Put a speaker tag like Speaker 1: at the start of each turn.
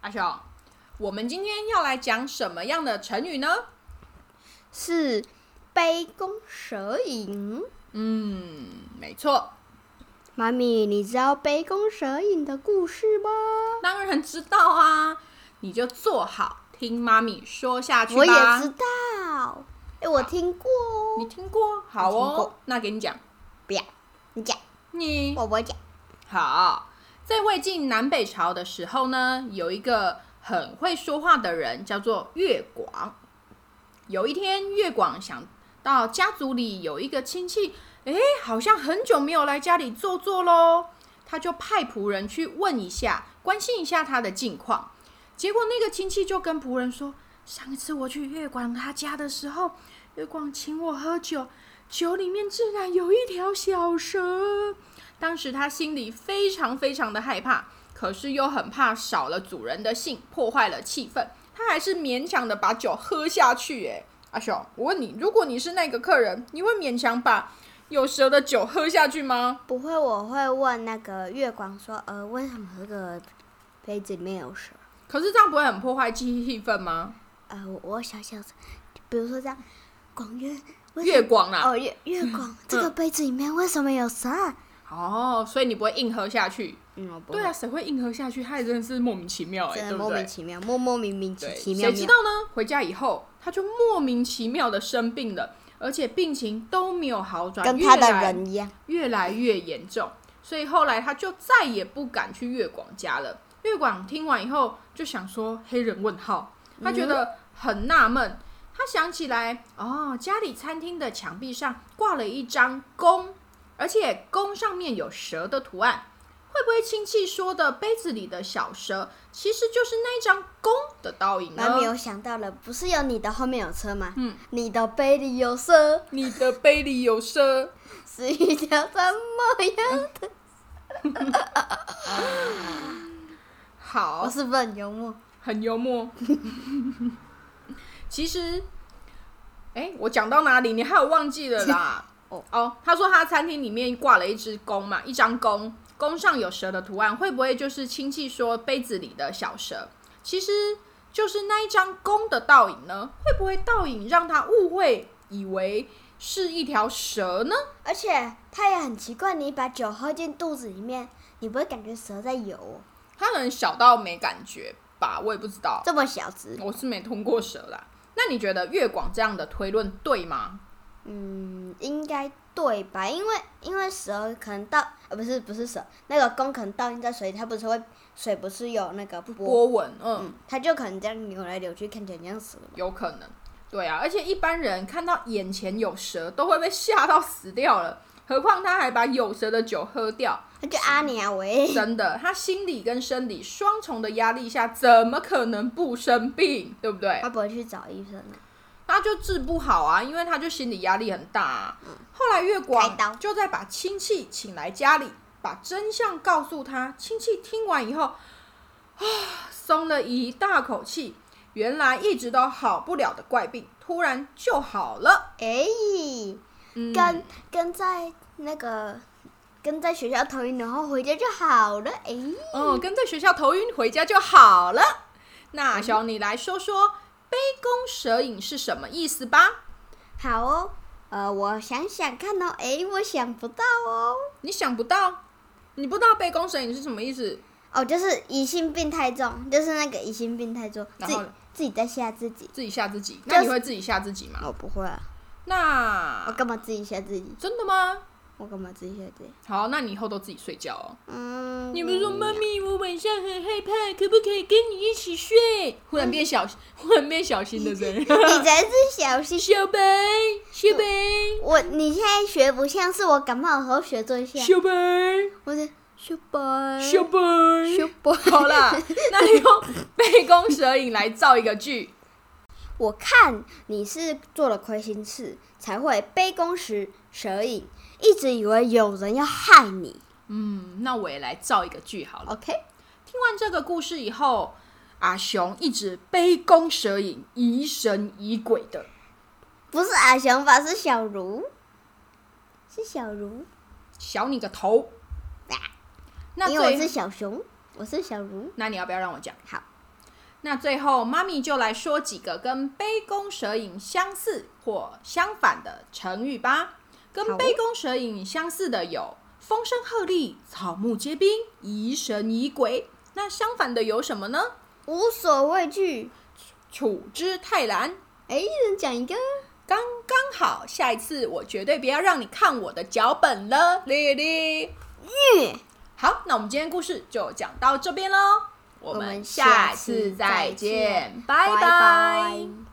Speaker 1: 阿雄，我们今天要来讲什么样的成语呢？
Speaker 2: 是杯弓蛇影。
Speaker 1: 嗯，没错，
Speaker 2: 妈咪，你知道杯弓蛇影的故事吗？
Speaker 1: 当然知道啊，你就坐好听妈咪说下去吧。
Speaker 2: 我也知道，哎、我听过
Speaker 1: 你
Speaker 2: 哦。
Speaker 1: 听过？好
Speaker 2: 我
Speaker 1: 哦
Speaker 2: 听过，
Speaker 1: 那给你讲。
Speaker 2: 不要，你讲，
Speaker 1: 你
Speaker 2: 我不讲。
Speaker 1: 好，在魏晋南北朝的时候呢，有一个很会说话的人，叫做乐广。有一天，乐广想到家族里有一个亲戚，诶，好像很久没有来家里坐坐喽，他就派仆人去问一下，关心一下他的近况。结果那个亲戚就跟仆人说：“上一次我去月广他家的时候，月广请我喝酒，酒里面竟然有一条小蛇。”当时他心里非常非常的害怕，可是又很怕少了主人的信，破坏了气氛，他还是勉强的把酒喝下去。诶，阿雄，我问你，如果你是那个客人，你会勉强把有蛇的酒喝下去吗？
Speaker 2: 不会，我会问那个月光说，呃，为什么这个杯子里面有蛇？
Speaker 1: 可是这样不会很破坏气氛吗？
Speaker 2: 呃，我我想想，比如说这样，广月，为什
Speaker 1: 月
Speaker 2: 么
Speaker 1: 光啊啦，
Speaker 2: 哦，月月
Speaker 1: 嗯
Speaker 2: 光，这个杯子里面为什么有蛇？
Speaker 1: 哦，所以你不会硬喝下去。
Speaker 2: 嗯，我不
Speaker 1: 对啊，谁会硬喝下去？他也真的是莫名其妙、欸，
Speaker 2: 真
Speaker 1: 哎，
Speaker 2: 的
Speaker 1: 对不
Speaker 2: 莫
Speaker 1: 对
Speaker 2: 名？其妙，莫莫名名其
Speaker 1: 对，
Speaker 2: 其妙
Speaker 1: 谁知道。
Speaker 2: 妙
Speaker 1: 呢？回家以后，他就莫名其妙的生病了，而且病情都没有好转，
Speaker 2: 跟他
Speaker 1: 越
Speaker 2: 的
Speaker 1: 来
Speaker 2: 人一样，
Speaker 1: 越来越严重，所以后来他就再也不敢去月广家了。月广听完以后就想说黑人问号，他觉得很纳闷。他想起来，哦，家里餐厅的墙壁上挂了一张弓，而且弓上面有蛇的图案。会不会亲戚说的杯子里的小蛇，其实就是那一张弓的倒影
Speaker 2: 妈
Speaker 1: 呢
Speaker 2: 咪，？我想到了，不是有你的后面有车吗？
Speaker 1: 嗯，
Speaker 2: 你的杯里有蛇，
Speaker 1: 你的杯里有蛇。
Speaker 2: 是一条什么呀？
Speaker 1: 好
Speaker 2: 我，是不是很幽默？？
Speaker 1: 很幽默。 其实，哎、我讲到哪里？你还有忘记了啦
Speaker 2: 哦
Speaker 1: 哦，他说他餐厅里面挂了一只弓嘛，一张弓，弓上有蛇的图案，会不会就是亲戚说杯子里的小蛇？其实就是那一张弓的倒影呢？会不会倒影让他误会，以为是一条蛇呢？
Speaker 2: 而且它也很奇怪，你把酒喝进肚子里面，你不会感觉蛇在游哦、
Speaker 1: 他可能小到没感觉吧，我也不知道，
Speaker 2: 这么小只，
Speaker 1: 我是没通过蛇啦。那你觉得月广这样的推论对吗？
Speaker 2: 嗯，应该对吧？因为因为蛇可能倒，呃，不是不是蛇，那个弓可能倒映在水里，它不是会水不是有那个波，
Speaker 1: 波纹，嗯，
Speaker 2: 嗯，它就可能这样扭来扭去，看起来像蛇。
Speaker 1: 有可能，对啊，而且一般人看到眼前有蛇都会被吓到死掉了，何况他还把有蛇的酒喝掉，
Speaker 2: 它就阿尼啊喂，
Speaker 1: 真的，他心理跟生理双重的压力下，怎么可能不生病，对不对？
Speaker 2: 它不会去找医生啊的、
Speaker 1: 他就治不好啊，因为他就心理压力很大、啊。后来月
Speaker 2: 嗯开
Speaker 1: 光
Speaker 2: 刀
Speaker 1: 就再把亲戚请来家里，把真相告诉他。亲戚听完以后，啊， 松了一大口气。原来一直都好不了的怪病，突然就好了。
Speaker 2: 哎、
Speaker 1: 嗯，
Speaker 2: 跟跟在那个跟在学校头晕，然后回家就好了。哎、
Speaker 1: 嗯，跟在学校头晕，回家就好了。
Speaker 2: 嗯
Speaker 1: 那小你来说说“杯弓蛇影”是什么意思吧？
Speaker 2: 好哦，呃，我想想看哦，哎、我想不到哦。
Speaker 1: 你想不到，你不知道“杯弓蛇影”是什么意思？
Speaker 2: 哦，就是疑心病太重，就是那个疑心病太重，自
Speaker 1: 然后
Speaker 2: 己
Speaker 1: 呢
Speaker 2: 自己在吓自己。
Speaker 1: 自己吓自己，
Speaker 2: 就是
Speaker 1: 那你会自己吓自己吗？
Speaker 2: 我不会啊，我
Speaker 1: 那
Speaker 2: 干嘛自己吓自己？
Speaker 1: 啊真的吗？
Speaker 2: 我干嘛自己吓自己？
Speaker 1: 好，那你以后都自己睡觉哦。
Speaker 2: 嗯，
Speaker 1: 你不是说妈咪，我晚上很害怕，可不可以跟你一起睡？忽然变小，忽然变小心的人，
Speaker 2: 你才是小 心。
Speaker 1: 小白，小白，
Speaker 2: 我你现在学不像是我感冒的时候学这些，
Speaker 1: 嗯小白，
Speaker 2: 我的小白，
Speaker 1: 嗯小白。
Speaker 2: 白，
Speaker 1: 好啦， 那你用杯弓蛇影来造一个句。
Speaker 2: 我看你是做了亏心事，才会杯弓蛇蛇影，一直以为有人要害你。
Speaker 1: 嗯，那我也来造一个句好了。
Speaker 2: OK，
Speaker 1: 听完这个故事以后，阿雄一直杯弓蛇影，疑神疑鬼的。
Speaker 2: 不是阿雄吧？是小茹，是小茹，
Speaker 1: 小你个头！那
Speaker 2: 因为我
Speaker 1: 最
Speaker 2: 是小熊，我是小茹。
Speaker 1: 那你要不要让我讲？
Speaker 2: 好，
Speaker 1: 那最后，妈咪就来说几个跟杯弓蛇影相似或相反的成语吧。
Speaker 2: 好
Speaker 1: 跟杯弓蛇影相似的有风声鹤唳、草木皆兵、疑神疑鬼。那相反的有什么呢？
Speaker 2: 无所畏惧。
Speaker 1: 处之泰然，
Speaker 2: 哎，一人讲一个。
Speaker 1: 刚刚好。下一次我绝对不要让你看我的脚本了，丽丽。
Speaker 2: 嗯，
Speaker 1: 好，那我们今天故事就讲到这边喽，我
Speaker 2: 我们
Speaker 1: 们
Speaker 2: 下
Speaker 1: 下
Speaker 2: 次
Speaker 1: 次
Speaker 2: 再
Speaker 1: 再
Speaker 2: 见
Speaker 1: 见，
Speaker 2: 拜
Speaker 1: 拜拜
Speaker 2: 拜